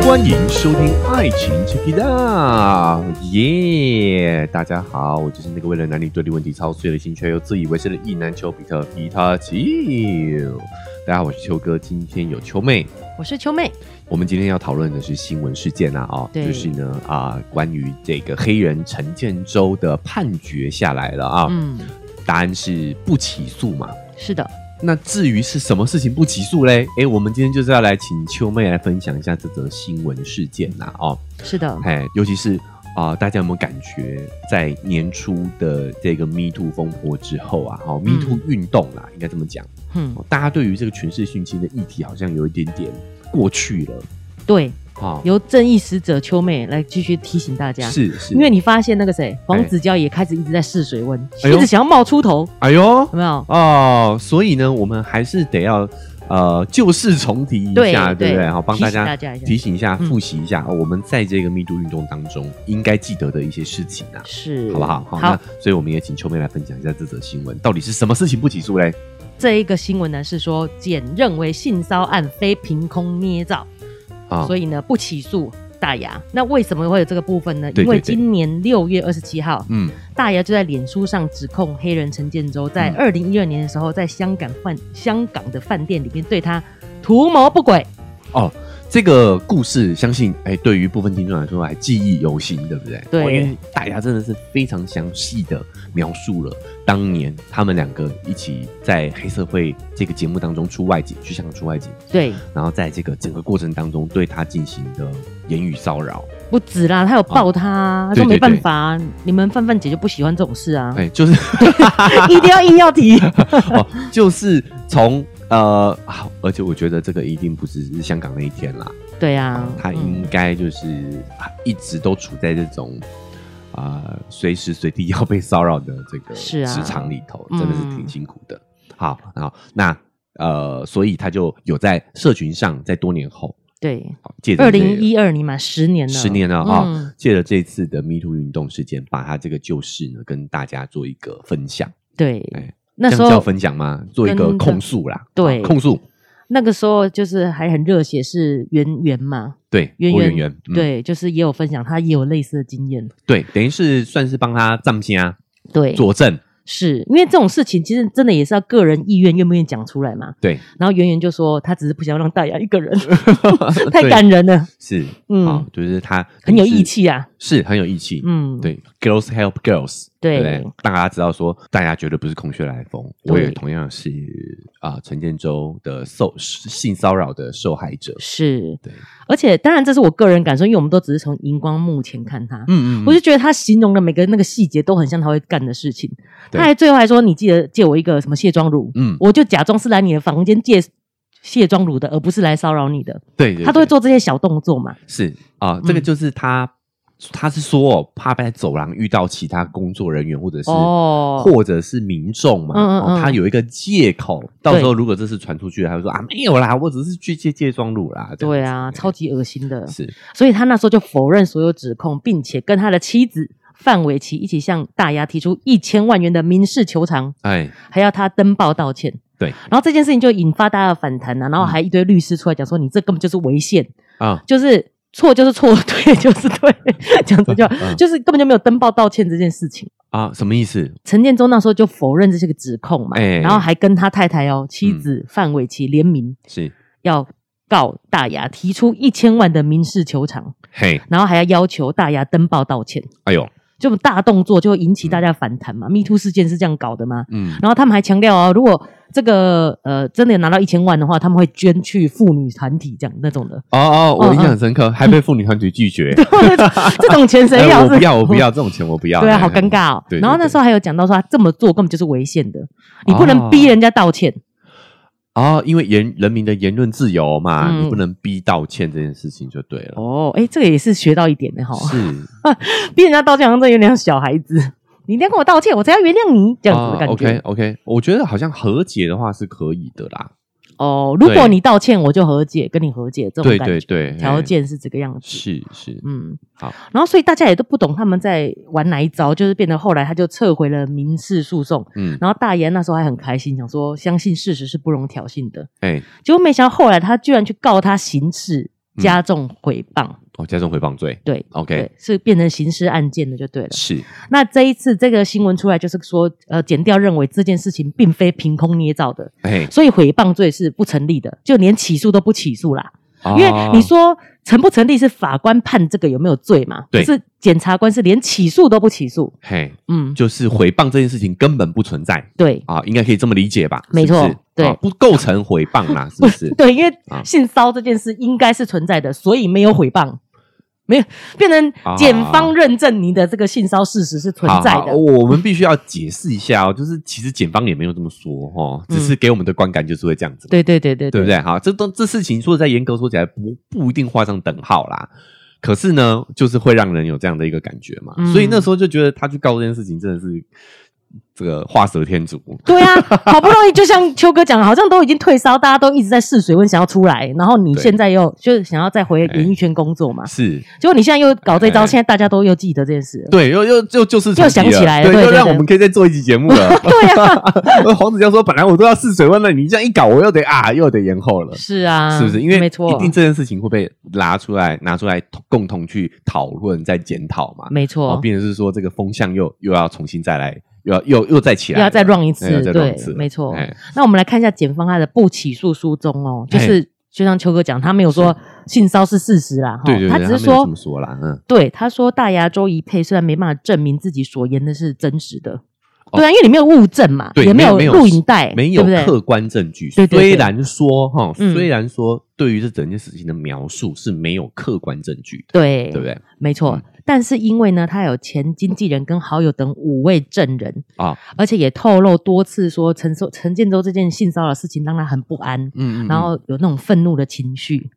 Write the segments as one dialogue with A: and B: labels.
A: 欢迎收听《爱情 Check It Out》，耶！大家好，我就是那个为了男女对立问题操碎了心却又自以为是的意男丘比特皮特丘。大家好，我是丘哥，今天有丘妹。
B: 我是秋妹，
A: 我们今天要讨论的是新闻事件啊，哦，
B: 对
A: 就是呢啊、关于这个黑人陈建州的判决下来了啊，
B: 嗯，
A: 答案是不起诉嘛。
B: 是的，
A: 那至于是什么事情不起诉嘞？诶，我们今天就是要来请秋妹来分享一下这则新闻事件呐、哦，
B: 是的，
A: 哎，尤其是啊、大家有没有感觉，在年初的这个 Me Too 风波之后啊，哈、哦、，Me Too 运动啦，应该这么讲，
B: 嗯，
A: 哦大家对于这个权势性侵的议题好像有一点点过去了，
B: 对，
A: 哈、
B: 由正义使者秋妹来继续提醒大家，
A: 是哎是，
B: 因为你发现那个谁，黄子佼也开始一直在试水温，一直想要冒出头，
A: 哎呦
B: 有没有？
A: 哦，所以呢，我们还是得要呃旧事重提一
B: 对
A: 下，对不
B: 对
A: 对？好，帮大
B: 提醒
A: 家
B: 大家一下
A: 提醒一下、
B: 嗯
A: 复习一下、哦我们在这个密度运动当中应该记得的一些事情啊。
B: 是，
A: 好不好？
B: 好
A: 那，所以我们也请秋妹来分享一下这则新闻，到底是什么事情不起诉嘞？
B: 这一个新闻呢是说，检认为性骚案非凭空捏造，
A: 啊
B: 所以呢不起诉。大牙，那为什么会有这个部分呢？
A: 对对
B: 因为
A: 对
B: 今年六月二十七号，
A: 嗯，
B: 大牙就在脸书上指控黑人陈建州
A: 嗯
B: 在二零一二年的时候，在香港饭香港的饭店里面对他图谋不轨。
A: 哦，这个故事相信哎，对于部分听众来说还记忆犹新，对不对？
B: 对
A: 哦因为大家真的是非常详细的描述了当年他们两个一起在黑社会这个节目当中出外景，去香港出外景，
B: 对，
A: 然后在这个整个过程当中对他进行的言语骚扰，
B: 不止啦，他有抱他啊，他
A: 对
B: 说没
A: 哦对对
B: 办法啊，你们范范姐就不喜欢这种事啊，
A: 哎，就是
B: 一定要硬要提。
A: 哦，就是从呃，好，而且我觉得这个一定不只是香港那一天啦，
B: 对啊，
A: 他应
B: 嗯
A: 该就是、啊一直都处在这种啊、呃随时随地要被骚扰的这个
B: 是
A: 职
B: 啊
A: 场里头，
B: 嗯
A: 真的是挺辛苦的。好，然后那呃，所以他就有在社群上，在多年后，
B: 对，
A: 好借着
B: 二
A: 这个
B: 零一二年嘛，十年了，
A: 十年了哈、
B: 嗯
A: 借着这次的 Me Too 运动事件，把他这个旧事呢跟大家做一个分享，哎
B: 对，那时
A: 这样叫
B: 候
A: 分享吗？做一个
B: 跟
A: 控诉啦，
B: 对
A: 啊控诉，
B: 那个时候就是还很热血，是圆圆嘛，
A: 对，
B: 圆
A: 郭
B: 圆
A: 圆圆，嗯
B: 对，就是也有分享，他也有类似的经验，
A: 对，等于是算是帮他站先啊，
B: 对，
A: 佐证，
B: 是因为这种事情其实真的也是要个人意愿愿不愿意讲出来嘛。
A: 对，
B: 然后圆圆就说，他只是不想让大牙一个人，
A: 呃
B: 太感人了，
A: 是，嗯，
B: 嗯
A: 啊，就是他
B: 很有
A: 是
B: 义，气啊，
A: 是很有义气，
B: 嗯，
A: 对，girls help girls，
B: 对
A: 不对，大家知道说，大家绝对不是空穴来风，我
B: 对
A: 也同样是啊，陈建州的受性骚扰的受害者，
B: 是，
A: 对，
B: 而且当然这是我个人感受，因为我们都只是从荧光幕前看他，
A: 嗯
B: 我就觉得他形容的每个那个细节都很像他会干的事情。
A: 对
B: 他还最后还说：“你记得借我一个什么卸妆乳，
A: 嗯，
B: 我就假装是来你的房间借卸妆乳的，而不是来骚扰你的。
A: 对，对
B: 他都会
A: 对
B: 做这些小动作嘛。
A: 是啊，这个
B: 嗯
A: 就是他，他是说哦怕在走廊遇到其他工作人员或者是
B: 哦，
A: 或者是民众嘛，
B: 嗯嗯
A: 哦
B: 嗯
A: 他有一个借口，到
B: 对
A: 时候如果这次传出去，他就说啊没有啦，我只是去借借妆乳啦。这样
B: 对啊，
A: 子
B: 超级恶心的。
A: 是
B: 所以他那时候就否认所有指控，并且跟他的妻子范玮琪一起向大牙提出一千万元的民事求偿，
A: 哎
B: 还要他登报道歉。
A: 对
B: 然后这件事情就引发大家的反弹啊，然后还一堆律师出来讲说：“你这根本就是违宪。”
A: 啊
B: 就是错就是错， 对就是对，讲这就好
A: 嗯
B: 就是根本就没有登报道歉这件事情。
A: 啊什么意思？
B: 陈建州那时候就否认这些个指控嘛，
A: 哎嗯
B: 然后还跟他太太哦、妻子范玮琪联名
A: 是
B: 要告大牙，提出一千万的民事求偿，
A: 嘿，
B: 然后还要要求大牙登报道歉。
A: 哎呦，
B: 这种大动作就会引起大家反弹嘛、m e Too 事件是这样搞的吗？
A: 嗯
B: 然后他们还强调啊，如果这个呃真的有拿到一千万的话，他们会捐去妇女团体这样那 种的。
A: 哦哦，我
B: 嗯
A: 印象很深 刻，还被妇女团体拒绝。
B: 这种钱谁
A: 哎
B: 要？
A: 我不
B: 是
A: 要，我不要这种钱，我不要。
B: 对啊，
A: 哎
B: 好尴。尬哦。
A: 对对
B: 然后那
A: 对
B: 时候还有讲到说，他这么做根本就是违宪的，你不能逼
A: 哦
B: 人家道歉。
A: 哦，因为言人民的言论自由嘛，
B: 嗯
A: 你不能逼道歉这件事情就对了。
B: 哦，哎，这个也是学到一点的哈，
A: 是
B: 逼人家道歉好像真的有点像小孩子，你一定要跟我道歉，我才要原谅你这
A: 这
B: 样子的感
A: o
B: 觉
A: k。OK，我啊觉得好像和解的话是可以的啦。
B: 哦，如果
A: 对
B: 你道歉，我就和解，跟你和解这种
A: 对
B: 感
A: 对
B: 觉。
A: 对，
B: 条
A: 哎
B: 件是这个样子。
A: 是是
B: 嗯，
A: 好。
B: 然后所以大家也都不懂他们在玩哪一招，就是变得后来他就撤回了民事诉讼。
A: 嗯，
B: 然后大岩那时候还很开心，想说相信事实是不容挑衅的。
A: 哎，
B: 结果没想到后来他居然去告他刑事加重诽谤，
A: 哦，加重诽谤罪
B: 对
A: 嗯，OK，
B: 对，是变成刑事案件的就对了。
A: 是
B: 那这一次这个新闻出来，就是说，呃，检调认为这件事情并非凭空捏造的，
A: 哎，
B: 所以诽谤罪是不成立的，就连起诉都不起诉啦。
A: 因
B: 因为
A: 啊
B: 你说成不成立是法官判这个有没有罪嘛，
A: 对
B: 可是检察官是连起诉都不起诉。
A: 嘿，
B: 嗯，
A: 就是诽谤这件事情根本不存在
B: 对
A: 啊，应该可以这么理解吧？
B: 没错
A: 是不是
B: 对？
A: 啊不构成诽谤啦，是不是
B: 对，因为
A: 啊
B: 性骚这件事应该是存在的，所以没有诽谤。没有变
A: 啊
B: 成检方认证你的这个性骚事实是存在
A: 好好
B: 的，
A: 我们必须要解释一下哦，就是其实检方也没有这么说哦，只
B: 嗯
A: 是给我们的观感就是会这样子嘛，
B: 对对对对
A: 对不对？好，这都这事情说实在严格说起来不不一定画上等号啦。可是呢，就是会让人有这样的一个感觉嘛，
B: 嗯
A: 所以那时候就觉得他去告这件事情真的是这个画蛇添足，
B: 对啊， 好不容易就像秋哥讲的，好像都已经退烧，大家都一直在试水温，想要出来，然后你
A: 对
B: 现在又就是想要再回演艺圈工作嘛，
A: 是
B: 结果你现在又搞这一招，
A: 哎
B: 现在大家都又记得这件事了。
A: 对，又又又就是重提
B: 想起来了
A: 对，
B: 对
A: 又
B: 对
A: 让
B: 对啊
A: 我们可以再做一集节目 了。对 呀，黄子佼说，本来我都要试水温了，你这样一搞，我又得啊，又得延后了。
B: 是啊，
A: 是不是？因为
B: 没错，
A: 一定这件事情会被拿出来，拿出来共同去讨论、再检讨嘛。
B: 没
A: 哦，
B: 错，
A: 变成是说这个风向又又要重新再来，又要又又再起来
B: 又
A: 了，
B: 要再 run 一次
A: 哎要再，run
B: 对
A: 一次，
B: 没错。
A: 哎
B: 那我们来看一下检方他的不起诉书中哦，就
A: 嘿
B: 是就像秋哥讲，他没有说性骚是事实啦，哈
A: 对对对，，
B: 他只是
A: 没有
B: 说
A: 这么说啦，嗯，
B: 对，他说大牙周一配虽然没办法证明自己所言的是真实的，对啊，因为你没有物证嘛，
A: 哦对
B: 也没有
A: 没有
B: 录影带，
A: 没
B: 哎对
A: 有
B: 不对？
A: 客观证据。
B: 对对对
A: 虽然说哈，
B: 嗯
A: 虽然说对于这整件事情的描述是没有客观证据的，
B: 对，
A: 对不嗯对？
B: 没错。但是因为呢，他有前经纪人跟好友等五位证人
A: 啊，
B: 而且也透露多次说陈受陈建州这件性骚扰事情让他很不安，
A: 嗯嗯嗯
B: 然后有那种愤怒的情绪。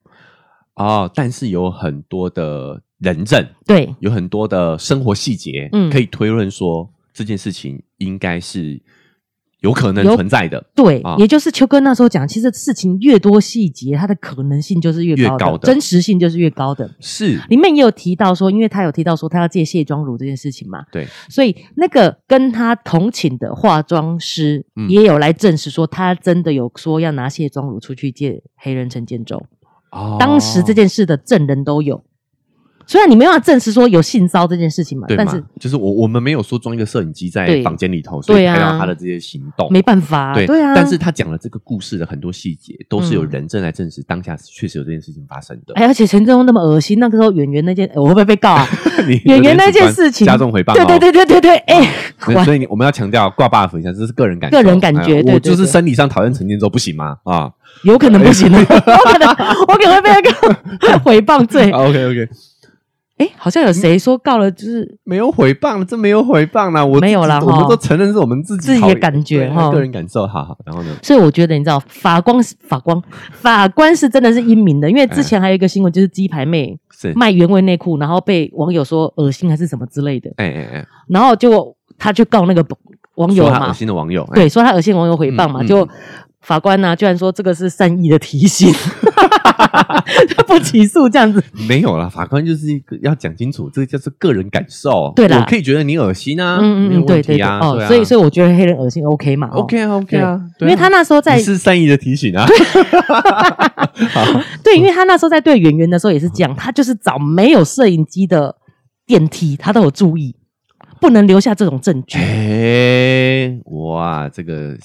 A: 哦，但是有很多的人证，
B: 对，
A: 有很多的生活细节，
B: 嗯
A: 可以推论说这件事情应该是有可能
B: 有
A: 存在的，
B: 对，
A: 啊
B: 也就是秋哥那时候讲，其实事情越多细节，它的可能性就是越
A: 越
B: 高的，
A: 高的
B: 真实性就是越高的。
A: 是
B: 里面也有提到说，因为他有提到说他要借卸妆乳这件事情嘛，
A: 对，
B: 所以那个跟他同寝的化妆师
A: 嗯
B: 也有来证实说，他真的有说要拿卸妆乳出去借黑人陈建州。
A: 哦
B: 当时这件事的证人都有，虽然你没办法证实说有性骚这件事情嘛，
A: 对
B: 但
A: 嘛
B: 是，
A: 就是我我们没有说装一个摄影机在
B: 对
A: 房间里头，所以
B: 对啊
A: 拍到他的这些行动，
B: 没办法，
A: 对
B: 啊，
A: 但是他讲了这个故事的很多细节，都是有
B: 嗯
A: 人证来证实当下确实有这件事情发生的。
B: 哎，而且陈正庸那么恶心，那个时候演员那件，哎我会不会被告 啊？
A: 你
B: 演员那
A: 有点
B: 件
A: 主观
B: 事情
A: 加重回谤，
B: 对对。对对对对，哎，
A: 对所以啊你我们要强调挂 buff 一下，这是个人感受，
B: 个人感觉
A: 哎
B: 对
A: 我
B: 对
A: 就是
B: 对
A: 生理上讨厌陈建州，不行吗？啊
B: 有可能 不行了，我可能我可能会被那个诽谤罪。
A: ，OK OK，
B: 哎，好像有谁说告了，就是
A: 没有回谤了，这没有回谤啦，我
B: 没有啦
A: 自己我们
B: 哈
A: 都承认是我们自己
B: 自己的
A: 讨厌
B: 感觉
A: 对
B: 哈
A: 个人感受，好好。然后呢，
B: 所以我觉得你知道，法官是法官，法官是真的是英明的，因为之前还有一个新闻，就是鸡排妹
A: 是，
B: 卖原味内裤，然后被网友说恶心还是什么之类的，
A: 哎哎
B: 然后结果他就告那个网
A: 哎，
B: 友
A: 说他恶
B: 嘛，
A: 心的网友，哎，
B: 对，说他恶心网友诽谤嘛，
A: 嗯嗯
B: 就法官呢、居然说这个是善意的提醒， 他不起诉这样子，
A: 没有啦，法官就是一个要讲清楚，这个叫做个人感受。
B: 对啦
A: 我可以觉得你恶心啊，
B: 嗯
A: 没
B: 嗯
A: 有
B: 嗯，对
A: 问
B: 对
A: 题
B: 对，
A: 啊，
B: 哦
A: 对，啊
B: 所以所以我觉得黑人恶心 OK 嘛哦
A: OK 啊 OK 啊，
B: 因
A: 对啊
B: 为他那时候在
A: 你是善意的提 醒啊，嗯
B: 对，因为他那时候在对圆圆的时候也是这样，他就是找没有摄影机的电梯，他都有注意，不能留下这种证据。
A: 哎，哇，这个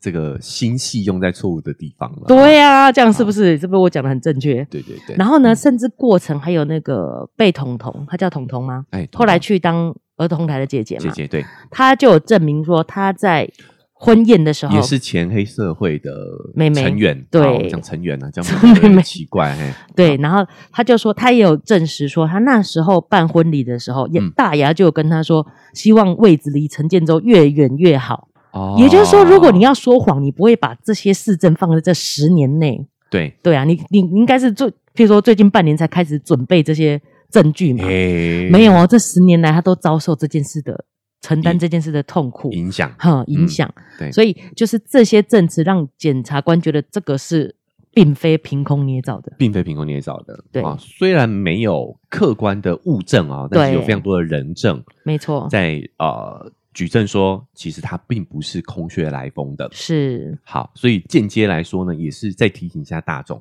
A: 这个心系用在错误的地方了，
B: 对呀、这样是不是？是不是我讲的很正确？
A: 对啊对嗯对，
B: 然后呢，甚至过程还有那个被彤彤，她叫彤彤吗？
A: 哎，
B: 后来去当儿童台的姐姐
A: 姐
B: 嘛，
A: 姐对，
B: 她就有证明说她在婚宴的时候
A: 也是前黑社会的
B: 妹妹
A: 成员，
B: 对
A: 啊我们讲成员啊，讲妹妹
B: 妹
A: 很
B: 妹
A: 奇怪，嘿，
B: 对，然后她就说她也有证实说她那时候办婚礼的时候，也
A: 嗯
B: 大牙就有跟她说，希望位置离陈建州越远越好。
A: 哦
B: 也就是说，如果你要说谎，你不会把这些市政放在这十年内。
A: 对，
B: 对啊，你你你应该是最，譬如说最近半年才开始准备这些证据嘛。
A: 哎，
B: 没有哦，这十年来他都遭受这件事的承担这件事的痛苦，
A: 影响，
B: 哈影响。
A: 嗯对
B: 所以就是这些证词让检察官觉得这个是并非凭空捏造的。
A: 并非凭空捏造的。
B: 对
A: 啊，虽然没有客观的物证啊，但是有
B: 对
A: 非常多的人证
B: 没错，
A: 在呃举证说，其实它并不是空穴来风的。
B: 是
A: 好，所以间接来说呢，也是再提醒一下大众，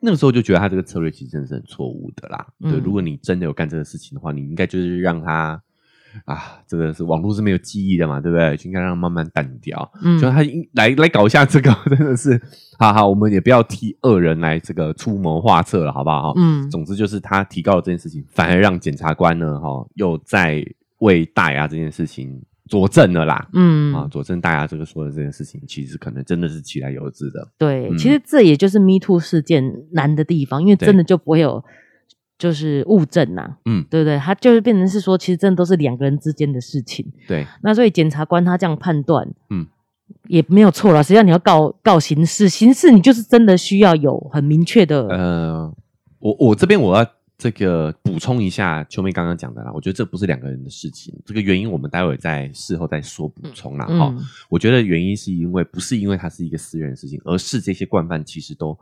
A: 那个时候就觉得他这个策略其实真的是很错误的啦。
B: 嗯
A: 对，如果你真的有干这个事情的话，你应该就是让他啊，这个是网络是没有记忆的嘛，对不对？就应该让它慢慢淡掉。
B: 嗯
A: 就他一来来搞一下这个， 真的是，好好，我们也不要替恶人来这个出谋划策了，好不好？
B: 嗯
A: 总之就是他提高了这件事情，反而让检察官呢，哈、又在为大牙这件事情佐证了啦。啊，
B: 嗯，
A: 佐证大牙这个说的这件事情，其实可能真的是其来有之的。
B: 对，
A: 嗯
B: 其实这也就是 Me Too 事件难的地方，因为
A: 对
B: 真的就不会有就是物证呐、
A: 嗯
B: 对不对？它就是变成是说，其实真的都是两个人之间的事情。
A: 对，
B: 那所以检察官他这样判断，
A: 嗯
B: 嗯，也没有错了。实际上你要告告刑事，刑事你就是真的需要有很明确的，
A: 呃，我我这边我要这个补充一下秋妹刚刚讲的啦，我觉得这不是两个人的事情，这个原因我们待会再事后再说补充啦。哈、
B: 嗯
A: 我觉得原因是因为不是因为它是一个私人的事情，而是这些惯犯其实都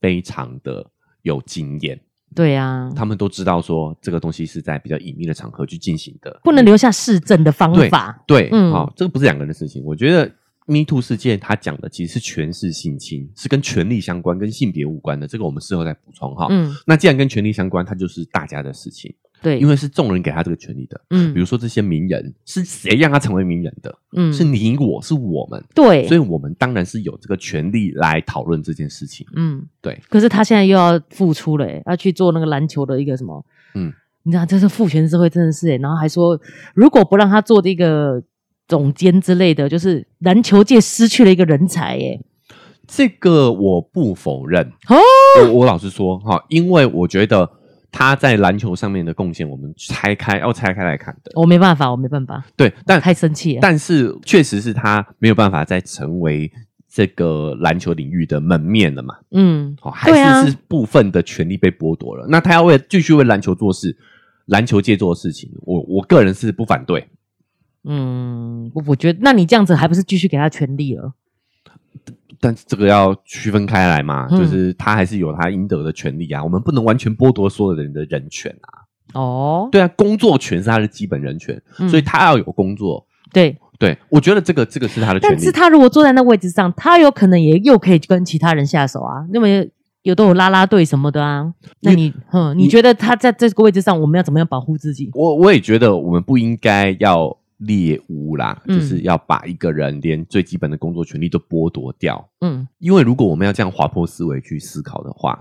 A: 非常的有经验，
B: 对啊，
A: 他们都知道说这个东西是在比较隐秘的场合去进行的，
B: 不能留下市政的方法。
A: 嗯对，
B: 嗯
A: 好、这个不是两个人的事情。我觉得 Me Too 事件它讲的其实是权势性侵，是跟权力相关，跟性别无关的。这个我们事后再补充哈。
B: 嗯，
A: 那既然跟权力相关，它就是大家的事情，
B: 对，
A: 因为是众人给他这个权利的。
B: 嗯
A: 比如说这些名人，是谁让他成为名人的？
B: 嗯
A: 是你我，是我们，
B: 对，
A: 所以我们当然是有这个权利来讨论这件事情。
B: 嗯
A: 对。
B: 可是他现在又要复出了、欸，要去做那个篮球的一个什么？
A: 嗯
B: 嗯，你知道，这是父权社会，真的是哎、然后还说，如果不让他做这个总监之类的，就是篮球界失去了一个人才欸耶、
A: 这个我不否认，
B: 哦，
A: 我我老实说哈，因为我觉得他在篮球上面的贡献，我们拆开要拆开来看的。
B: 我没办法，我没办法，
A: 对，但
B: 哦太生气了。
A: 但是确实是他没有办法再成为这个篮球领域的门面了嘛，
B: 嗯，
A: 哦，还
B: 对啊
A: 是是部分的权利被剥夺了。那他要为继续为篮球做事，篮球界做的事情，我我个人是不反对。
B: 嗯，我我觉得，那你这样子还不是继续给他权利了？
A: 但是这个要区分开来嘛，
B: 嗯
A: 就是他还是有他应得的权利啊，我们不能完全剥夺所有人的人权啊。
B: 哦，
A: 对啊，工作权是他的基本人权，
B: 嗯
A: 所以他要有工作。
B: 对，
A: 对，我觉得这个这个是他的权利。
B: 但是他如果坐在那位置上，他有可能也又可以跟其他人下手啊，因为有都有啦啦队什么的啊。那你，哼，
A: 你
B: 你觉得他在这个位置上，我们要怎么样保护自己？
A: 我我也觉得我们不应该要猎巫啦，
B: 嗯
A: 就是要把一个人连最基本的工作权利都剥夺掉。
B: 嗯，
A: 因为如果我们要这样滑坡思维去思考的话，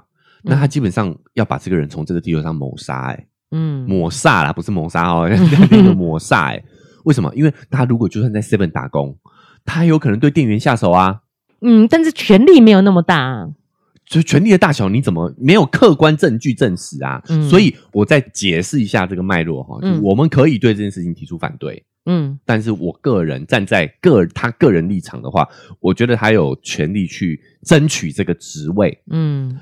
B: 嗯
A: 那他基本上要把这个人从这个地球上抹杀、欸，
B: 嗯，
A: 抹杀啦，不是谋杀哦， 那个抹杀、欸，为什么？因为他如果就算在 Seven 打工，他有可能对店员下手啊。
B: 嗯，但是权力没有那么大、啊。
A: 就权力的大小，你怎么没有客观证据证实啊？
B: 嗯
A: 所以我再解释一下这个脉络哈，就是
B: 嗯
A: 我们可以对这件事情提出反对，
B: 嗯
A: 但是我个人站在个他个人立场的话，我觉得他有权利去争取这个职位。
B: 嗯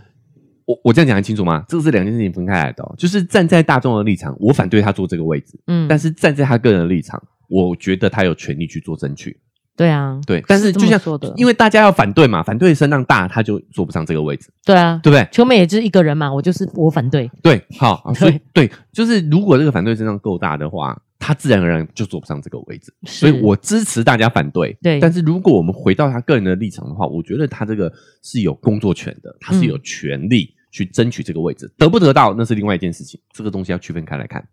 A: 我我这样讲得清楚吗？这个是两件事情分开来的、哦，就是站在大众的立场，我反对他坐这个位置，
B: 嗯，
A: 但是站在他个人的立场，我觉得他有权利去做争取。
B: 对啊，
A: 对，但是
B: 这
A: 就
B: 么
A: 像
B: 说的
A: 因为大家要反对嘛，反对声浪大，他就坐不上这个位置，
B: 对啊，
A: 对不对？
B: 球美也就是一个人嘛，我就是我反对。
A: 对，好， 啊所以对，就是如果这个反对声浪够大的话，他自然而然就坐不上这个位置。所
B: 所
A: 以我支持大家反对。
B: 对
A: 但是如果我们回到他个人的立场的话，我觉得他这个是有工作权的，他是有权利去争取这个位置，得不得到那是另外一件事情，这个东西要区分开来看。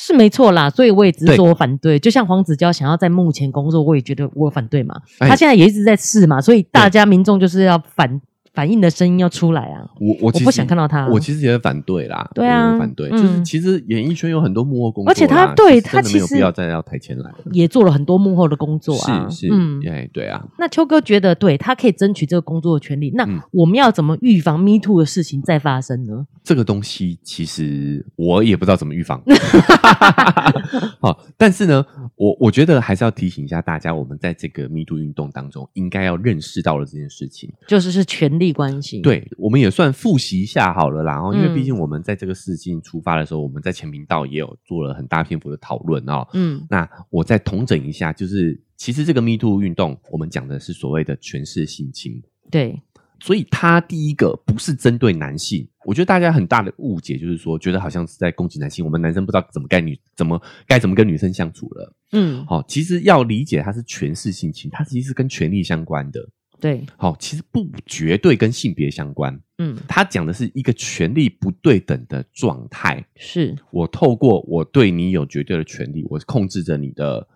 B: 是没错啦，所以我也只
A: 对
B: 是说我反对。就像黄子佼想要在幕前工作，我也觉得我反对嘛。
A: 哎
B: 他现在也一直在试嘛，所以大家民众就是要反反应的声音要出来啊。
A: 我我其
B: 我
A: 实
B: 不想看到他啊
A: 我其实也反对啦，
B: 对啊
A: 我也反对，
B: 嗯
A: 就是其实演艺圈有很多幕后工作啦，
B: 而且他对
A: 就是真的
B: 他其实
A: 没有必要站到台前来了。
B: 也做了很多幕后的工作啊。
A: 是是，
B: 嗯，
A: 哎、对啊，
B: 那秋哥觉得对他可以争取这个工作的权利，那
A: 嗯
B: 我们要怎么预防 Me Too 的事情再发生呢？
A: 这个东西其实我也不知道怎么预 防。好，但是呢，我我觉得还是要提醒一下大家，我们在这个 Me Too 运动当中，应该要认识到了这件事情。
B: 就是是权力关系。，
A: 对，我们也算复习一下好了啦。然后，因为
B: 嗯
A: 毕竟我们在这个事情出发的时候，我们在前频道也有做了很大篇幅的讨论哦。
B: 嗯
A: 那我再统整一下，就是其实这个 Me Too 运动，我们讲的是所谓的权势性侵。
B: 对，
A: 所以他第一个不是针对男性，我觉得大家很大的误解就是说，觉得好像是在攻击男性，我们男生不知道怎么该女怎么该怎么跟女生相处了。
B: 嗯
A: 好、其实要理解它是权势性侵，它其实是跟权力相关的。
B: 对，
A: 好，其实不绝对跟性别相关，
B: 嗯，
A: 它讲的是一个权利不对等的状态。
B: 是，
A: 我透过我对你有绝对的权利，我控制着你的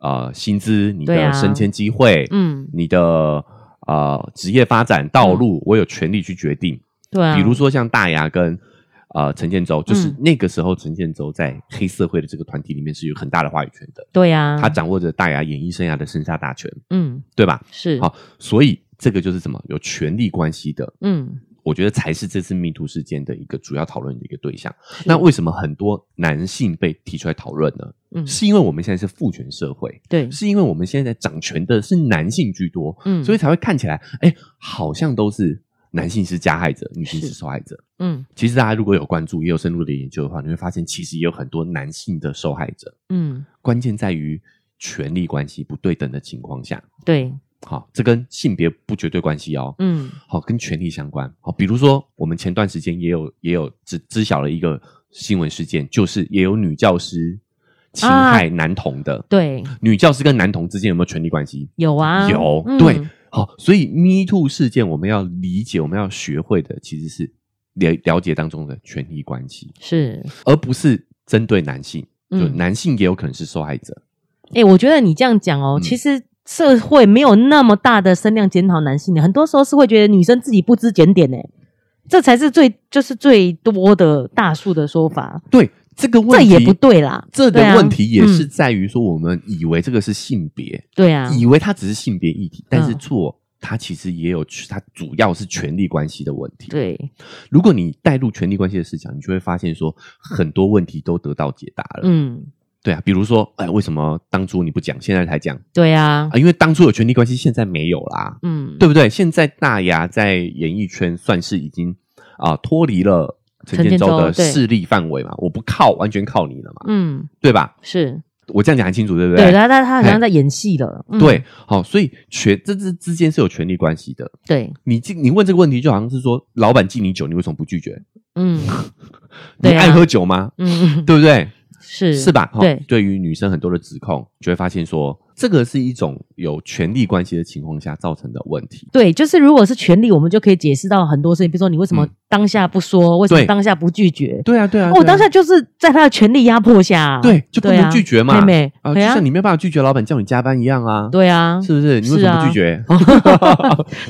A: 呃薪资、你
B: 对啊
A: 的升迁机会、
B: 嗯，
A: 你的呃职业发展道路，我有权利去决定。
B: 对啊，
A: 比如说像大牙跟呃陈建州，就是
B: 嗯
A: 那个时候陈建州在黑社会的这个团体里面是有很大的话语权的，
B: 对呀、
A: 他掌握着大牙演艺生涯的生杀大权，
B: 嗯，
A: 对吧？
B: 是，
A: 好，所以这个就是什么有权力关系的。
B: 嗯，
A: 我觉得才是这次迷途事件的一个主要讨论的一个对象。那为什么很多男性被提出来讨论呢？
B: 嗯，
A: 是因为我们现在是父权社会，
B: 对，
A: 是因为我们现在掌权的是男性居多，
B: 嗯，
A: 所以
B: 以，
A: 才会看起来，哎，好像都是男性是加害者，女性
B: 是
A: 是受害者。
B: 嗯
A: 其实大家如果有关注，也有深入的研究的话，你会发现，其实也有很多男性的受害者。
B: 嗯，
A: 关键在于权力关系不对等的情况下，
B: 对，
A: 好，这跟性别不绝对关系哦。
B: 嗯，
A: 好，跟权力相关。好，比如说我们前段时间也有也有知知晓了一个新闻事件，就是也有女教师侵
B: 啊
A: 害男童的。
B: 对，
A: 女教师跟男童之间有没有权力关系？
B: 有啊，
A: 有，
B: 嗯
A: 对，，好，所以 Me Too 事件我们要理解，我们要学会的其实是了了解当中的权力关系，
B: 是，
A: 而不是针对男性，就
B: 嗯，
A: 男性也有可能是受害者。
B: 哎、我觉得你这样讲哦，
A: 嗯
B: 其实。社会没有那么大的声量检讨男性的，很多时候是会觉得女生自己不知检点呢、欸这才是最就是最多的大数的说法，
A: 对这个问
B: 这
A: 题，
B: 也不对啦，
A: 这个
B: 对啊
A: 问题也是
B: 嗯
A: 在于说，我们以为这个是性别，
B: 对啊，
A: 以为它只是性别议题，但是
B: 嗯
A: 错，它其实也有它主要是权力关系的问题。，
B: 对，
A: 如果你带入权力关系的思想，你就会发现说很多问题都得到解答了。
B: 嗯，
A: 对啊，比如说，哎，为什么当初你不讲，现在才讲
B: 对啊
A: 啊？，因为当初有权力关系，现在没有啦，
B: 嗯，
A: 对不对？现在大牙在演艺圈算是已经啊、脱离了陈
B: 陈建
A: 建州
B: 州
A: 的
B: 对
A: 势力范围嘛，我不靠完全靠你了嘛，
B: 嗯，
A: 对吧？
B: 是
A: 我这样讲很清楚，对不哎
B: 对，但但他好像在演戏了，嗯
A: 对，好，所以权这之之间是有权力关系的。
B: 对，
A: 你进你问这个问题，就好像是说，老板敬你酒，你为什么不拒绝？
B: 嗯
A: 你
B: 对啊
A: 爱喝酒吗？
B: 嗯， 嗯
A: 对不对？
B: 是
A: 是吧？哈
B: 对
A: 对于女生很多的指控，就会发现说，这个是一种有权力关系的情况下造成的问题。
B: 对，就是如果是权利，我们就可以解释到很多事情，比如说你为什么
A: 嗯
B: 当下不说，为什么
A: 对
B: 当下不拒绝？
A: 对啊，对啊，
B: 哦，
A: 对
B: 我
A: 啊
B: 当下就是在他的权力压迫下啊，
A: 对就不能
B: 啊
A: 拒绝嘛
B: 妹妹，
A: 啊，就
B: 对啊
A: 像，你没有办法拒绝老板叫你加班一样啊，
B: 对啊，
A: 是不是？你为
B: 是
A: 什么
B: 啊
A: 不拒绝？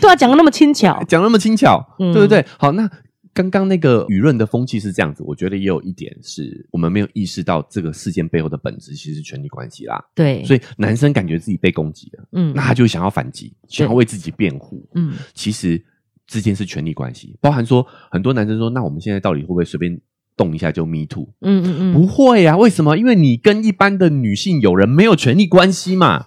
B: 对啊，讲的那么轻巧，
A: 讲那么轻巧，
B: 嗯
A: 对不对？好，那刚刚那个舆论的风气是这样子，我觉得也有一点是我们没有意识到这个事件背后的本质其实是权力关系啦。
B: 对，
A: 所
B: 以
A: 以男生感觉自己被攻击了，
B: 嗯
A: 那他就想要反击，想要为自己辩护。
B: 嗯
A: 其实之间是权力关系，包含说很多男生说，那我们现在到底会不会随便动一下就 me too？
B: 嗯嗯嗯，
A: 不会呀、啊，为什么？因为你跟一般的女性友人没有权利关系 嘛，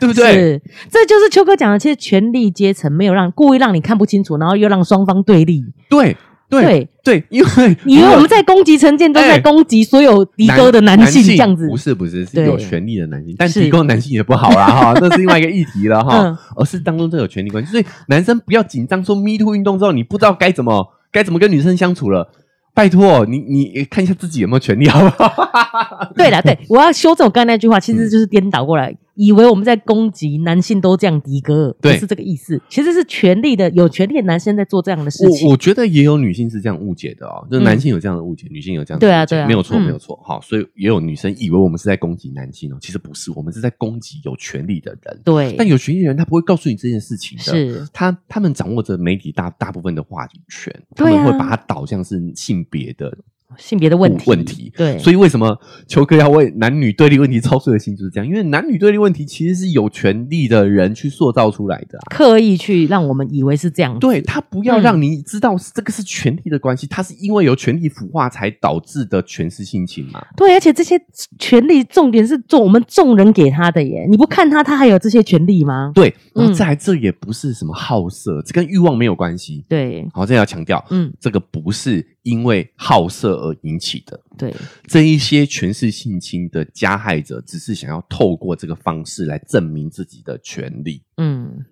A: 对不对？
B: 是，这就是秋哥讲的，其实权力阶层没有让故意让你看不清楚，然后又让双方对立。
A: 对对
B: 对，
A: 对，因为
B: 你以为我们在攻击陈建州，
A: 哎
B: 在攻击所有迪哥的男性这样子？
A: 不是不是是
B: 对
A: 有权利的男性，但
B: 是
A: 提供男性也不好啦 哈，这是另外一个议题了
B: 嗯
A: 哈，而是当中这有权利关系，所以男生不要紧张，说 Me Too 运动之后你不知道该怎么该怎么跟女生相处了。拜托哦你，你看一下自己有没有权利，好不好？
B: 嗯对啦， 对，我要修正我刚才那
A: 嗯
B: 句话，其实就是颠倒过来，以为我们在攻击男性都这样迪哥，不
A: 对
B: 是这个意思。其实是权力的有权力的男生在做这样的事
A: 我
B: 情。
A: 我觉得也有女性是这样误解的哦，就
B: 嗯
A: 男性有这样的误解，女性有这样的
B: 对啊
A: 误解
B: 对啊
A: 没有错，
B: 嗯
A: 没有错。好，所以也有女生以为我们是在攻击男性哦，其实不是，我们是在攻击有权利的人。
B: 对，
A: 但有权利的人他不会告诉你这件事情的，
B: 是，
A: 他他们掌握着媒体大大部分的话语权，他
B: 对啊
A: 们会把它导向是性别的
B: 性别的问题，
A: 问题。
B: 对，
A: 所以为什么球哥要为男女对立问题操碎了心就是这样？因为男女对立问题其实是有权利的人去塑造出来的、啊。嗯
B: 刻意去让我们以为是这样子。
A: 对他不要让你知道这个是权利的关系，他是因为有权利腐化才导致的权势性情嘛？
B: 对，而且这些权利重点是众我们众人给他的耶，你不看他，他还有这些权利吗？
A: 对，然后
B: 嗯
A: 再来这也不是什么好色，这跟欲望没有关系。
B: 对，
A: 好，这要强调，
B: 嗯，
A: 这个不是因为好色而引起的，
B: 对，
A: 这一些权势性侵的加害者，只是想要透过这个方式来证明自己的权利。
B: 嗯，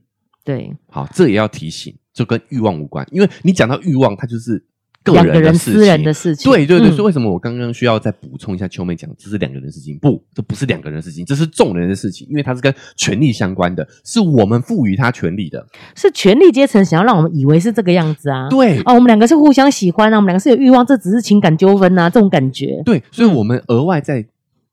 B: 对，
A: 好，这也要提醒，就跟欲望无关，因为你讲到欲望，它就是个
B: 两个
A: 人
B: 人
A: 的事
B: 私人
A: 情
B: 的。事情。
A: 对对对，
B: 嗯
A: 所以为什么我刚刚需要再补充一下秋妹讲，这是两个人的事情？不，这不是两个人的事情，这是众人的事情，因为它是跟权力相关的，是我们赋予他权利的。
B: 是权力阶层想要让我们以为是这个样子啊。
A: 对，
B: 哦，我们两个是互相喜欢啊，我们两个是有欲望，这只是情感纠纷啊，这种感觉。
A: 对，所以我们额外在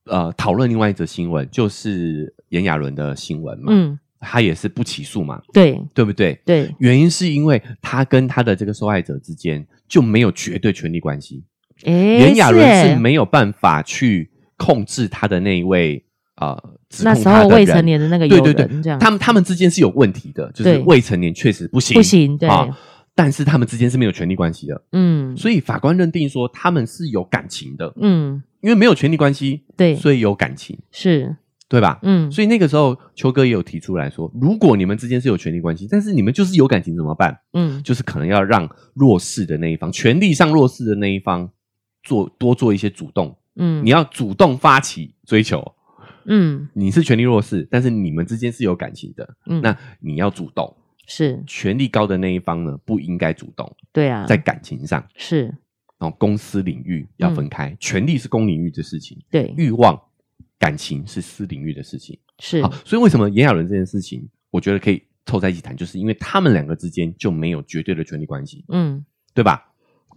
A: 呃讨论另外一则新闻，就是炎亚纶的新闻嘛，
B: 嗯，
A: 他也是不起诉嘛，
B: 对
A: 对不对？
B: 对，
A: 原因是因为他跟他的这个受害者之间就没有绝对权利关系，
B: 哎，
A: 炎亚纶
B: 耶
A: 是没有办法去控制他的那一位呃指
B: 那
A: 控
B: 时
A: 他
B: 候
A: 的
B: 未成
A: 人。
B: 年的那个友
A: 对
B: 人
A: 对对
B: 这样，
A: 他们他们之间是有问题的，就是
B: 对
A: 未成年确实不行，
B: 不行，对，
A: 啊但是他们之间是没有权利关系的，
B: 嗯
A: 所以法官认定说他们是有感情的，
B: 嗯，
A: 因为没有权利关系，
B: 对，
A: 所以有感情，
B: 是，
A: 对吧？
B: 嗯，
A: 所以那个时候，秋哥也有提出来说，如果你们之间是有权利关系，但是你们就是有感情怎么办？
B: 嗯，
A: 就是可能要让弱势的那一方，权利上弱势的那一方做多做一些主动，
B: 嗯，
A: 你要主动发起追求。
B: 嗯
A: 你是权利弱势，但是你们之间是有感情的，
B: 嗯，
A: 那你要主动。
B: 是
A: 权力高的那一方呢，不应该主动，
B: 对啊，
A: 在感情上，
B: 是
A: 然后公私领域要分
B: 嗯
A: 开，权力是公领域的事情，
B: 对
A: 欲望、感情是私领域的事情。
B: 是
A: 好，所以为什么炎亚纶这件事情，我觉得可以凑在一起谈，就是因为他们两个之间就没有绝对的权利关系，
B: 嗯。
A: 对吧？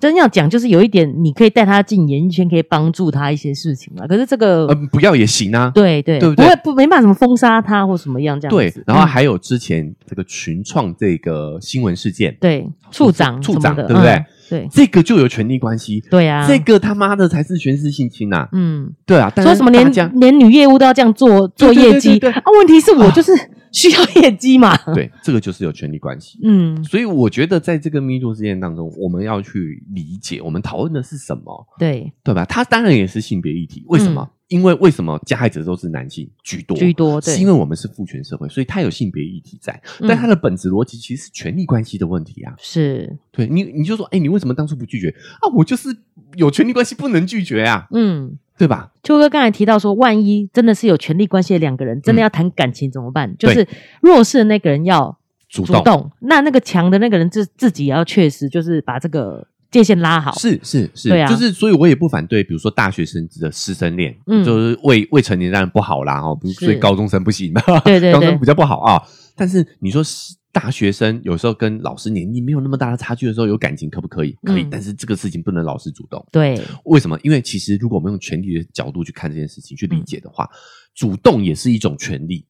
B: 真要讲，就是有一点，你可以带他进演艺圈，可以帮助他一些事情嘛。可是这个，
A: 呃，不要也行啊。
B: 嗯对对，
A: 对不
B: 不
A: 对
B: 会不没办法什么封杀他或什么样这样
A: 对
B: 子。，
A: 然后
B: 嗯
A: 还有之前这个群创这个新闻事件，
B: 对处长
A: 处
B: 什么
A: 长
B: 的
A: 对不对
B: 嗯对
A: 这个就有权利关系，
B: 对啊，
A: 这个他妈的才是权势性侵呐、
B: 嗯，
A: 对啊，但
B: 说
A: 是
B: 什么
A: 大
B: 连
A: 家
B: 连女业务都要这样做做
A: 对对
B: 业绩
A: 对对对
B: 啊？问题是我 就是需要业绩嘛。
A: 对这个就是有权利关系。
B: 嗯，
A: 所以我觉得，在这个 Me Too 事件当中，我们要去理解我们讨论的是什么，
B: 对，
A: 对吧？它当然也是性别议题，为什么？因为为什么加害者都是男性居多？
B: 嗯居多对
A: 是因为我们是父权社会，所以它有性别议题在，
B: 嗯
A: 但它的本质逻辑其实是权力关系的问题啊。
B: 是，
A: 对你，你就说，哎，你为什么当初不拒绝啊？我就是有权利关系，不能拒绝啊，
B: 嗯。
A: 对吧？
B: 秋哥刚才提到说，万一真的是有权力关系的两个人，真的要谈感情怎么办？就
A: 嗯对
B: 是弱势的那个人要
A: 主
B: 主那那个强的那个人自自己也要确实就是把这个界限拉好。
A: 是是是，
B: 对啊
A: 就是所以我也不反对，比如说大学生的师生恋，
B: 嗯
A: 就是未未成年当然不好啦，哦，不是
B: 是
A: 所以高中生不行嘛，
B: 对对对
A: 高中生比较不好啊。但是你说是大学生有时候跟老师年龄没有那么大的差距的时候有感情，可不可以？可以，
B: 嗯
A: 但是这个事情不能老是主动。
B: 对，
A: 为什么？因为其实如果我们用权利的角度去看这件事情，去理解的
B: 嗯
A: 话，主动也是一种权利。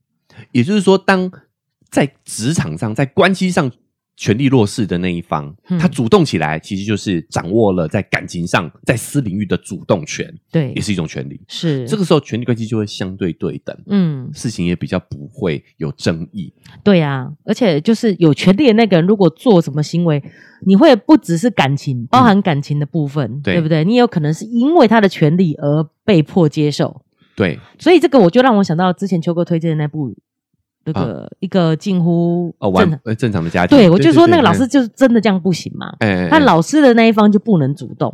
A: 也就是说，当在职场上、在关系上权力弱势的那一方，
B: 嗯
A: 他主动起来，其实就是掌握了在感情上、在私领域的主动权，
B: 对
A: 也，是一种权利。
B: 是
A: 这个时候，权力关系就会相对对等，
B: 嗯，
A: 事情也比较不会有争议。
B: 对啊，而且就是有权利的那个人，如果做什么行为，你会不只是感情，包含感情的部分，
A: 嗯对
B: 对不对？你也有可能是因为他的权利而被迫接受，
A: 对，
B: 所以这个我就让我想到之前秋哥推荐的那部那个、一个近乎
A: 啊哦，
B: 正
A: 完
B: 常，
A: 呃正常的家庭，
B: 对我就说那个
A: 对
B: 老师，就是真的这样不行嘛，
A: 哎哎，哎
B: 他老师的那一方就不能主动，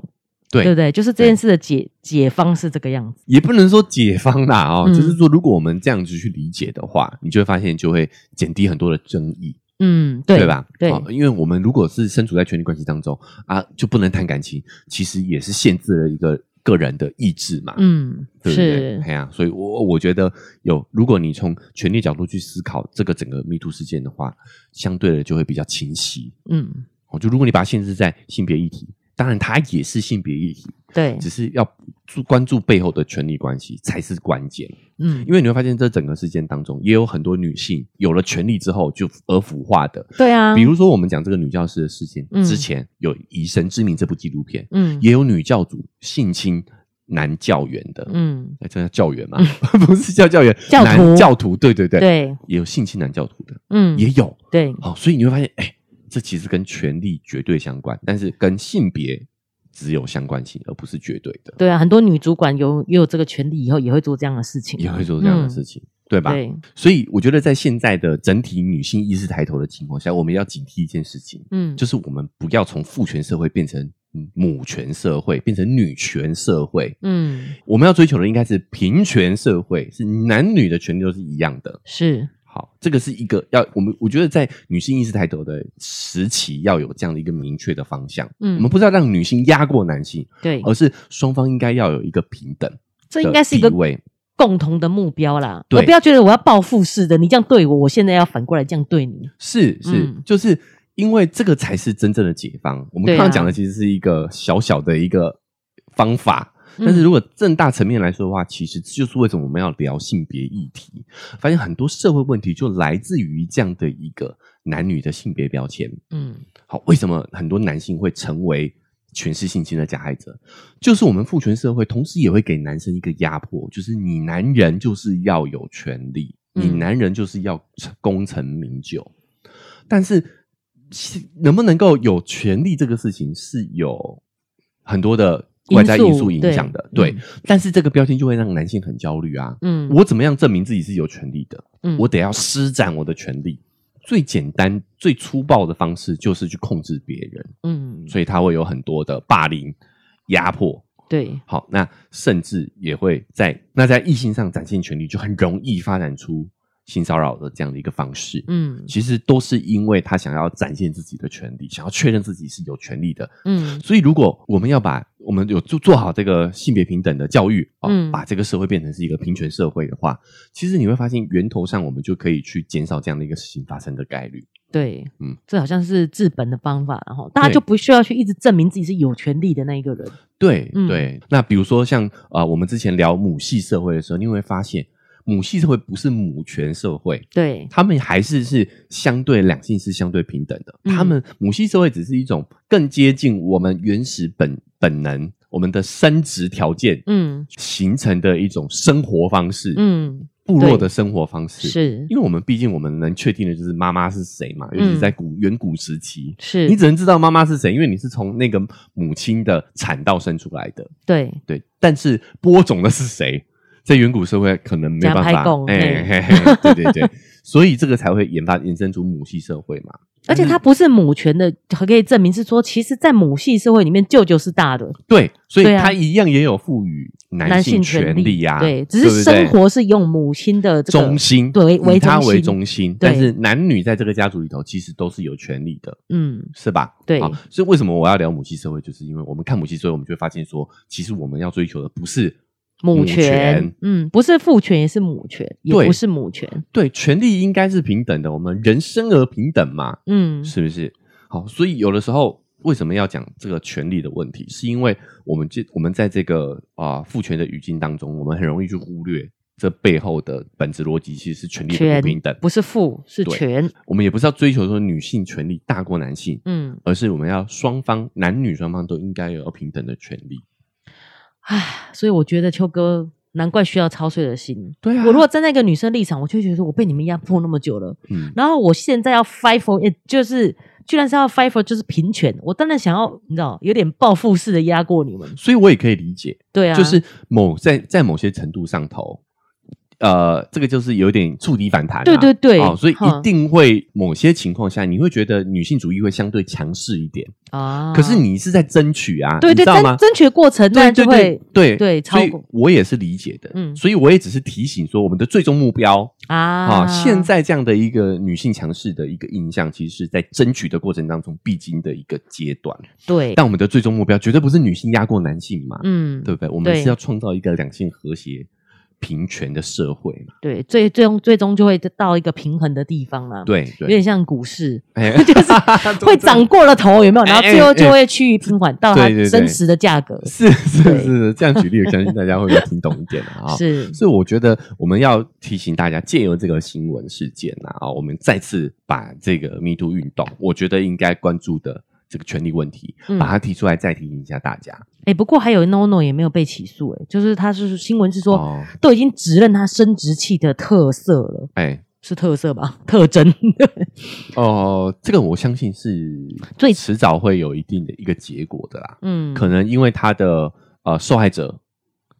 A: 对
B: 不对？就是这件事的解解方是这个样子，
A: 也不能说解放啦哦，
B: 嗯
A: 就是说，如果我们这样子去理解的话，你就会发现就会减低很多的争议，
B: 嗯，对
A: 吧？
B: 对、
A: 哦因为我们如果是身处在权力关系当中啊，就不能谈感情，其实也是限制了一个个人的意志嘛，
B: 嗯，
A: 对不对？
B: 是，
A: 哎呀、所以我我觉得有，如果你从权力角度去思考这个整个 Me Too 事件的话，相对的就会比较清晰。
B: 嗯，
A: 哦，就如果你把它限制在性别议题，当然它也是性别议题，
B: 对，
A: 只是要注关注背后的权力关系才是关键。
B: 嗯，
A: 因为你会发现，这整个事件当中，也有很多女性有了权利之后就而腐化的。
B: 对啊，
A: 比如说，我们讲这个女教师的事件、
B: 嗯
A: 之前，有《以神之名》这部纪录片，
B: 嗯
A: 也有女教主性侵男教员的，
B: 嗯。
A: 哎、这叫教员嘛？ 不是叫教员，
B: 教徒
A: 男教徒，对对对，
B: 对，
A: 也有性侵男教徒的，
B: 嗯，
A: 也有。
B: 对，
A: 好、所以你会发现，哎、这其实跟权力绝对相关，但是跟性别只有相关性，而不是绝对的，
B: 对啊，很多女主管有也有这个权利，以后也会做这样的事情，
A: 也会做这样的事
B: 情，
A: 情，对吧？
B: 嗯对，
A: 所以我觉得，在现在的整体女性意识抬头的情况下，我们要警惕一件事情，
B: 嗯，
A: 就是我们不要从父权社会变成母权社会，变成女权社会。
B: 嗯
A: 我们要追求的应该是平权社会，是男女的权利都是一样的。
B: 是，
A: 好，这个是一个要我们我觉得在女性意识抬头的时期要有这样的一个明确的方向。我们哦
B: 嗯，
A: 不是要让女性压过男性，
B: 对，
A: 而是双方应该要有一个平等的
B: 这应该是一个
A: 地位。
B: 共同的目标啦。
A: 对
B: 而不要觉得我要报复式的，你这样对我，我现在要反过来这样对你。
A: 是是，
B: 嗯
A: 就是因为这个才是真正的解放。我们
B: 对
A: 刚
B: 啊
A: 刚讲的其实是一个小小的一个方法，但是
B: 嗯
A: 如果正大层面来说的话，其实就是为什么我们要聊性别议题，发现很多社会问题就来自于这样的一个男女的性别标签。
B: 嗯，
A: 好，为什么很多男性会成为权势性侵的加害者？就是我们父权社会，同时也会给男生一个压迫，就是你男人就是要有权利，
B: 嗯
A: 你男人就是要功成名就。但是是能不能够有权利这个事情是有很多的外在因素影响的，
B: 对
A: 对。嗯但是这个标签就会让男性很焦虑啊。
B: 嗯，
A: 我怎么样证明自己是有权利的？
B: 嗯
A: 我得要施展我的权利。最简单、最粗暴的方式就是去控制别人，
B: 嗯，
A: 所以他会有很多的霸凌、压迫。
B: 对，
A: 好，那甚至也会在那在异性上展现权利，就很容易发展出性骚扰的这样的一个方式。
B: 嗯
A: 其实都是因为他想要展现自己的权利，想要确认自己是有权利的。
B: 嗯
A: 所以，如果我们要把我们有做做好这个性别平等的教育啊、哦
B: 嗯
A: 把这个社会变成是一个平权社会的话，其实你会发现源头上我们就可以去减少这样的一个事情发生的概率。
B: 对，
A: 嗯
B: 嗯，这好像是治本的方法，然后大家
A: 对
B: 就不需要去一直证明自己是有权利的那一个人。
A: 对、
B: 嗯
A: 对，那比如说像啊、呃我们之前聊母系社会的时候，你会发现母系社会不是母权社会，
B: 对，
A: 他们还是是相对两性是相对平等的，
B: 嗯
A: 他们母系社会只是一种更接近我们原始本本能，我们的生殖条件
B: 嗯
A: 形成的一种生活方式，
B: 嗯，
A: 部落的生活方式，
B: 是
A: 因为我们毕竟我们能确定的就是妈妈是谁嘛，尤
B: 嗯
A: 其是在古远古时期。
B: 是，
A: 你只能知道妈妈是谁，因为你是从那个母亲的产道生出来的，
B: 对
A: 对。但是播种的是谁，在远古社会可能没有办
B: 假拍
A: 法
B: 供，
A: 哎、
B: 嘿
A: 嘿嘿，对对对， 所以这个才会研发衍生出母系社会嘛。嗯
B: 而且它不是母权的，还可以证明是说，其实，在母系社会里面，舅舅是大的
A: 对，所以
B: 对啊
A: 它一样也有赋予男
B: 男
A: 性
B: 性
A: 权利
B: 利
A: 呀、
B: 对，只是
A: 对
B: 生
A: 不对
B: 活是用母亲的这个
A: 中心，
B: 对为
A: 以他
B: 中
A: 为
B: 心
A: 中心，
B: 对
A: 但是男女在这个家族里头其实都是有权利的，
B: 嗯，
A: 是吧？
B: 对
A: 好所以为什么我要聊母系社会，就是因为我们看母系社会，我们就会发现说，其实我们要追求的不是
B: 母
A: 权
B: 权，嗯，不是父权，也是母权，也
A: 对
B: 不是母权，
A: 对权利应该是平等的，我们人生而平等嘛，
B: 嗯，
A: 是不是？好，所以有的时候。为什么要讲这个权利的问题？是因为我们这我们在这个啊、父权的语境当中，我们很容易去忽略这背后的本质逻辑，其实是权利的
B: 权
A: 不平等。
B: 不是父，是
A: 对
B: 权，
A: 我们也不是要追求说女性权利大过男性，
B: 嗯，
A: 而是我们要双方男女双方都应该有平等的权利。
B: 唉，所以我觉得秋哥。难怪需要操碎了心。
A: 对啊
B: 我如果站在一个女生立场，我就会觉得说我被你们压迫那么久了，
A: 嗯，
B: 然后我现在要 fight for it，就是居然是要 fight for 就是平权，我当然想要，你知道，有点报复式的压过你们。
A: 所以我也可以理解，
B: 对啊，
A: 就是某在在某些程度上头，呃，这个就是有点触底反弹、啊，
B: 对对对
A: 哦，所以一
B: 哈
A: 定会某些情况下，你会觉得女性主义会相对强势一点，
B: 啊，
A: 可是你是在争取啊，
B: 对
A: 你
B: 对
A: 知道
B: 争
A: 吗？
B: 争取的过程，那
A: 对
B: 就
A: 对
B: 会
A: 对对
B: 对超
A: 所以
B: 过
A: 我也是理解的，嗯，
B: 嗯
A: 所以我也只是提醒说，我们的最终目标啊，
B: 啊，
A: 现在这样的一个女性强势的一个印象，其实是在争取的过程当中必经的一个阶段。
B: 对，
A: 但我们的最终目标绝对不是女性压过男性嘛，
B: 嗯，
A: 对不对？我们
B: 对
A: 是要创造一个两性和谐、平权的社会嘛。
B: 对，最最终最终就会到一个平衡的地方啦。，
A: 对
B: 有
A: 对，
B: 点像股市。
A: 哎
B: 嗯就是会涨过了头，有没有？然后最后就会趋于平缓到它
A: 哎对对对
B: 真实的价格。
A: 是是
B: 对
A: 是，这样举例，我相信大家会听懂一点的啊。
B: 是，
A: 所以我觉得我们要提醒大家，借由这个新闻事件啊，啊我们再次把这个 Me Too 运动，我觉得应该关注的这个权利问题，
B: 嗯
A: 把它提出来，再提醒一下大家。
B: 哎，不过还有 No No 也没有被起诉，哎，就是他是新闻是说
A: 哦，
B: 都已经直认他生殖器的特色了，
A: 哎，
B: 是特色吧？ 特征。
A: 哦，这个我相信是
B: 最
A: 迟早会有一定的一个结果的啦。
B: 嗯，
A: 可能因为他的呃受害者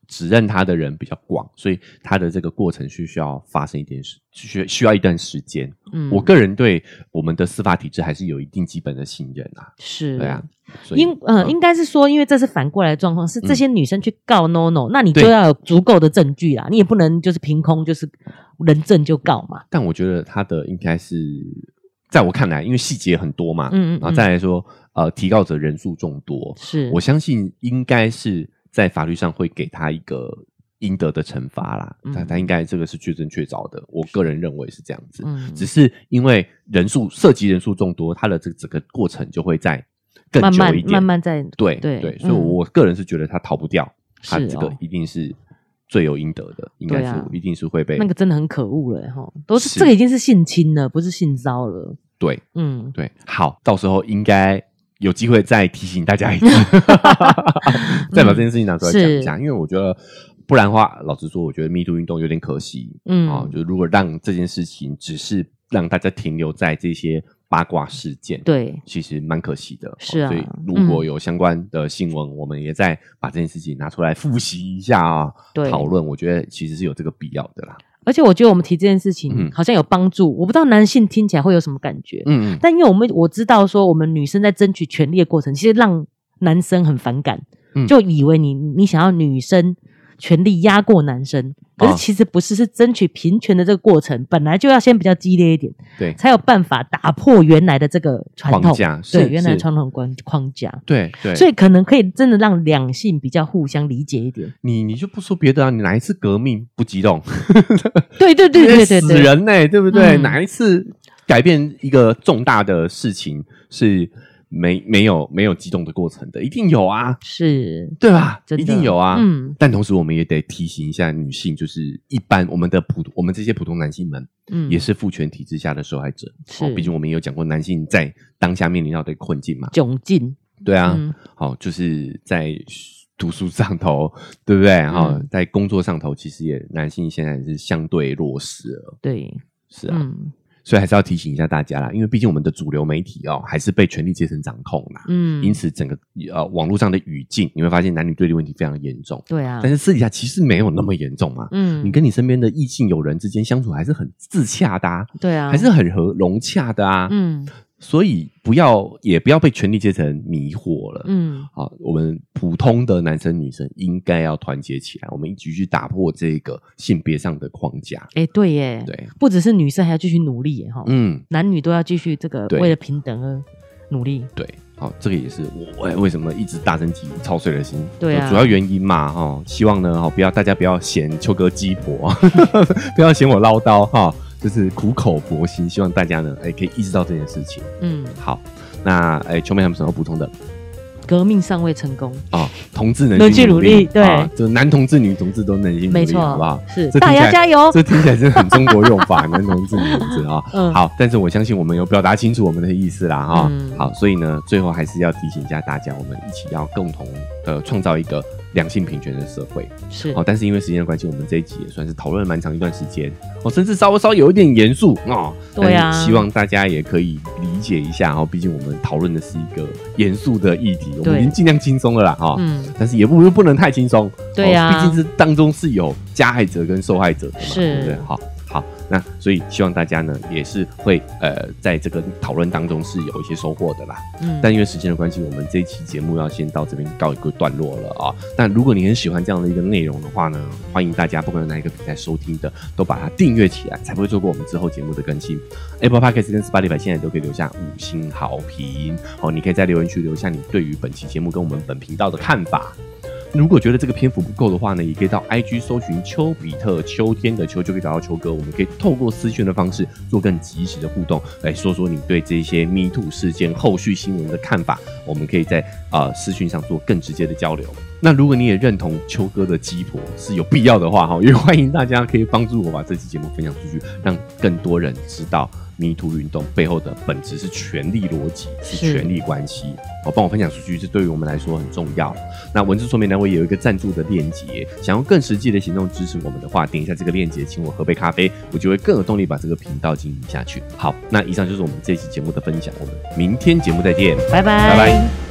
A: 指认他的人比较广，所以他的这个过程是需要发生一点时，需需要一段时间。
B: 嗯
A: 我个人对我们的司法体制还是有一定基本的信任啊，
B: 是
A: 对啊，，所以嗯
B: 应呃应该是说，因为这是反过来的状况，是这些女生去告 NONO，、那你
A: 对
B: 就要有足够的证据啦，你也不能就是凭空就是人证就告嘛。
A: 但我觉得他的应该是，在我看来，因为细节很多嘛，
B: 嗯嗯嗯
A: 然后再来说，呃，提告者人数众多，
B: 是，
A: 我相信应该是在法律上会给他一个应得的惩罚啦。
B: 嗯
A: 他他应该这个是确证确凿的，我个人认为是这样子。
B: 嗯
A: 只是因为人数涉及人数众多，他的这整个过程就会再更
B: 慢
A: 久
B: 慢
A: 一点。
B: 慢慢在
A: 对
B: 对
A: 对，所以
B: 嗯
A: 我个人是觉得他逃不掉，他
B: 是
A: 这个
B: 哦
A: 一定是罪有应得的，应该
B: 对
A: 是、
B: 啊
A: 一定是会被
B: 那个真的很可恶了哈，都是
A: 是
B: 这个已经是性侵了，不是性骚了。
A: 对
B: 嗯，
A: 对。好，到时候应该有机会再提醒大家 一次，再把这件事情拿出来讲
B: 嗯
A: 一下，因为我觉得不然的话，老实说，我觉得 Me Too 运动有点可惜
B: 嗯，
A: 啊、就如果让这件事情只是让大家停留在这些八卦事件，
B: 对，
A: 其实蛮可惜的。哦
B: 是啊
A: 所以如果
B: 嗯
A: 有相关的新闻，我们也再把这件事情拿出来复习一下啊，
B: 对
A: 讨论，我觉得其实是有这个必要的啦。
B: 而且我觉得我们提这件事情
A: 嗯
B: 好像有帮助，我不知道男性听起来会有什么感觉，
A: 嗯嗯
B: 但因为我们我知道说我们女生在争取权利的过程，其实让男生很反感，
A: 嗯
B: 就以为你你想要女生。权力压过男生，可
A: 啊
B: 是其实不是，是争取平权的这个过程本来就要先比较激烈一点，
A: 对
B: 才有办法打破原来的这个传统
A: 框架是
B: 对原来的
A: 是
B: 传统框框架。
A: 对对，
B: 所以可能可以真的让两性比较互相理解一 点。
A: 你你就不说别的啊，你哪一次革命不激动？
B: 对对对对对
A: 死
B: 对，
A: 人呢、对不对？
B: 嗯
A: 哪一次改变一个重大的事情是没没有没有激动的过程的？一定有啊，
B: 是，
A: 对吧？
B: 真的
A: 一定有啊。
B: 嗯
A: 但同时，我们也得提醒一下女性，就是一般我们的普我们这些普通男性们，
B: 嗯，
A: 也是父权体制下的受害者。
B: 是
A: 哦毕竟我们也有讲过男性在当下面临到的困境嘛。
B: 窘境。
A: 对啊，
B: 嗯
A: 好、就是在读书上头，对不对？哈、
B: 嗯
A: 在工作上头，其实也男性现在是相对弱势了。
B: 对，
A: 是啊，
B: 嗯
A: 所以还是要提醒一下大家啦，因为毕竟我们的主流媒体哦，还是被权力阶层掌控啦。
B: 嗯，
A: 因此，整个呃网络上的语境，你会发现男女对立问题非常严重。
B: 对啊
A: 但，是私底下其实没有那么严重嘛。
B: 嗯，
A: 你跟你身边的异性友人之间相处还是很自洽的、啊，
B: 对啊，
A: 还是很和融洽的啊。
B: 嗯
A: 所以不要也不要被权力阶层迷惑了。
B: 嗯
A: 好，我们普通的男生女生应该要团结起来，我们一起去打破这个性别上的框架。
B: 哎，对耶，
A: 对，
B: 不只是女生还要继续努力耶哈，
A: 嗯，
B: 男女都要继续这个
A: 对
B: 为了平等而努力。
A: 对，好，这个也是我哎为什么一直大声提操碎了心，
B: 对啊
A: 主要原因嘛哈、哦希望呢哈、哦不要大家不要嫌秋哥鸡婆， 不要嫌我唠叨哈、就是苦口婆心，希望大家呢哎可以意识到这件事情。
B: 嗯，
A: 好，那哎秋妹他们什么补充的？
B: 革命尚未成功，
A: 哦，同志
B: 能
A: 能
B: 去
A: 去
B: 努
A: 努
B: 力
A: 力，
B: 对
A: 啊，就男同志、女同志都能去努
B: 没
A: 力，
B: 错，
A: 好不好？
B: 是
A: 这听
B: 大
A: 起
B: 家
A: 来
B: 加油。
A: 这听起来真的很中国用法， 男同志、女同志啊。
B: 嗯，，
A: 好，但是我相信我们有表达清楚我们的意思啦，哈、
B: 嗯
A: 好，所以呢，最后还是要提醒一下大家，我们一起要共同的创造一个两性平权的社会。哦
B: 是
A: 好、，但是因为时间的关系，我们这一集也算是讨论了蛮长一段时间，哦，甚至稍微稍微有一点严肃哦。
B: 对啊
A: 但是希望大家也可以理解一下哦，毕竟我们讨论的是一个严肃的议题，我
B: 对
A: 们已经尽量轻松了啦，哈、
B: 嗯，
A: 但是也不不能太轻松，
B: 对啊
A: 哦毕、竟是当中是有加害者跟受害者的嘛，
B: 是
A: 对不对？好，好，那所以希望大家呢也是会呃在这个讨论当中是有一些收获的啦。
B: 嗯，
A: 但因为时间的关系，我们这一期节目要先到这边告一个段落了啊。那如果你很喜欢这样的一个内容的话呢，欢迎大家不管哪一个平台收听的，都把它订阅起来，才不会错过我们之后节目的更新。Apple Podcast 跟 Spotify 现在都可以留下五星好评哦，你可以在留言区留下你对于本期节目跟我们本频道的看法。如果觉得这个篇幅不够的话呢，也可以到 IG 搜寻丘比特秋天的秋，就可以找到秋哥。我们可以透过私讯的方式做更及时的互动，来说说你对这些 Me Too 事件后续新闻的看法。我们可以在呃私讯上做更直接的交流。那如果你也认同秋哥的鸡婆是有必要的话哈，也欢迎大家可以帮助我把这期节目分享出去，让更多人知道 Me Too 运动背后的本质是权力逻辑，
B: 是
A: 是权力关系。哦，帮我分享出去，这对于我们来说很重要。那文字说明栏位也有一个赞助的链接，想要更实际的行动支持我们的话，点一下这个链接，请我喝杯咖啡，我就会更有动力把这个频道经营下去。好，那以上就是我们这期节目的分享，我们明天节目再见，
B: 拜
A: 拜
B: 拜
A: 拜